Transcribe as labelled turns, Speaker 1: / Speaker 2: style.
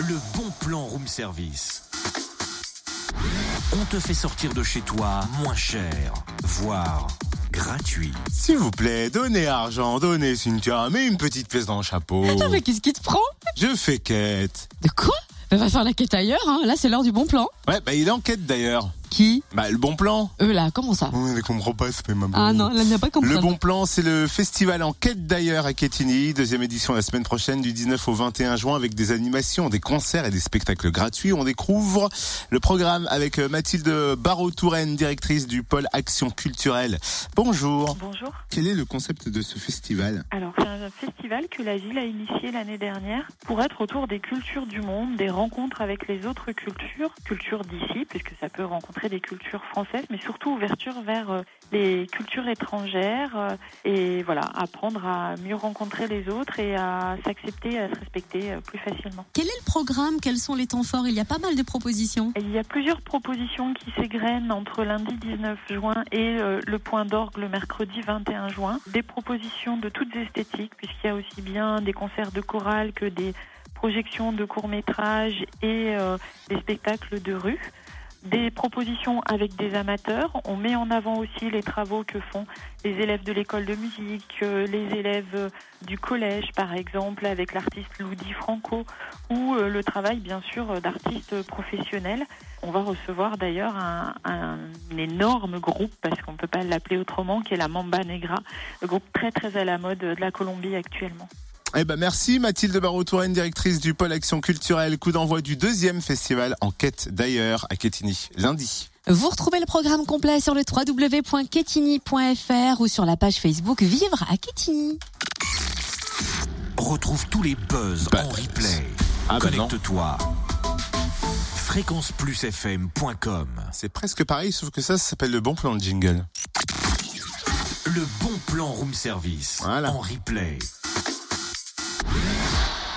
Speaker 1: le bon plan room service. On te fait sortir de chez toi moins cher, voire gratuit.
Speaker 2: S'il vous plaît, donnez argent, donnez Cynthia, mets une petite pièce dans le chapeau.
Speaker 3: Attends, mais qu'est-ce qui te prend
Speaker 2: Je fais quête.
Speaker 3: De quoi Bah, Va faire la quête ailleurs, hein. là c'est l'heure du bon plan.
Speaker 2: Ouais, bah il est en quête d'ailleurs.
Speaker 3: Qui
Speaker 2: Bah le bon plan.
Speaker 3: Eux là, comment ça
Speaker 2: On ne comprend pas, c'est ma
Speaker 3: Ah
Speaker 2: boue.
Speaker 3: non, là il n'y a pas compris.
Speaker 2: Le bon plan, c'est le festival en quête d'ailleurs à Quetigny, deuxième édition la semaine prochaine du 19 au 21 juin avec des animations, des concerts et des spectacles gratuits. On découvre le programme avec euh, Mathilde Barrault-Touraine, directrice du pôle Action Culturelle. Bonjour.
Speaker 4: Bonjour.
Speaker 2: Quel est le concept de ce festival
Speaker 4: Alors, c'est un festival que la ville a initié l'année dernière pour être autour des cultures du monde, des rencontres avec les autres cultures, cultures d'ici, puisque ça peut rencontrer des cultures françaises, mais surtout ouverture vers euh, les cultures étrangères euh, et voilà, apprendre à mieux rencontrer les autres et à s'accepter, à se respecter euh, plus facilement.
Speaker 5: Quel est le programme Quels sont les temps forts Il y a pas mal de propositions.
Speaker 4: Et il y a plusieurs propositions qui s'égrènent entre lundi 19 juin et euh, le point d'orgue le mercredi 21 juin. Des propositions de toutes esthétiques, puisqu'il y a aussi bien des concerts de chorale que des projections de courts-métrages et euh, des spectacles de rue. Des propositions avec des amateurs. On met en avant aussi les travaux que font les élèves de l'école de musique, euh, les élèves euh, du collège, par exemple, avec l'artiste Ludi Franco, ou euh, le travail, bien sûr, euh, d'artistes professionnels. On va recevoir d'ailleurs un, un énorme groupe, parce qu'on ne peut pas l'appeler autrement, qui est la Mamba Negra, le groupe très très à la mode euh, de la Colombie actuellement.
Speaker 2: Eh ben merci Mathilde Barrault-Touraine, directrice du pôle Action Culturelle, coup d'envoi du deuxième festival en quête d'ailleurs à Quetigny, lundi.
Speaker 5: Vous retrouvez le programme complet sur le www.ketini.fr ou sur la page Facebook Vivre à Ketini.
Speaker 1: Retrouve tous les buzz
Speaker 2: Bah,
Speaker 1: en replay.
Speaker 2: Ah bah non.
Speaker 1: Connecte-toi. fréquenceplusfm.com
Speaker 2: C'est presque pareil, sauf que ça, ça s'appelle le bon plan de jingle.
Speaker 1: Le bon plan room service
Speaker 2: Voilà.
Speaker 1: en replay.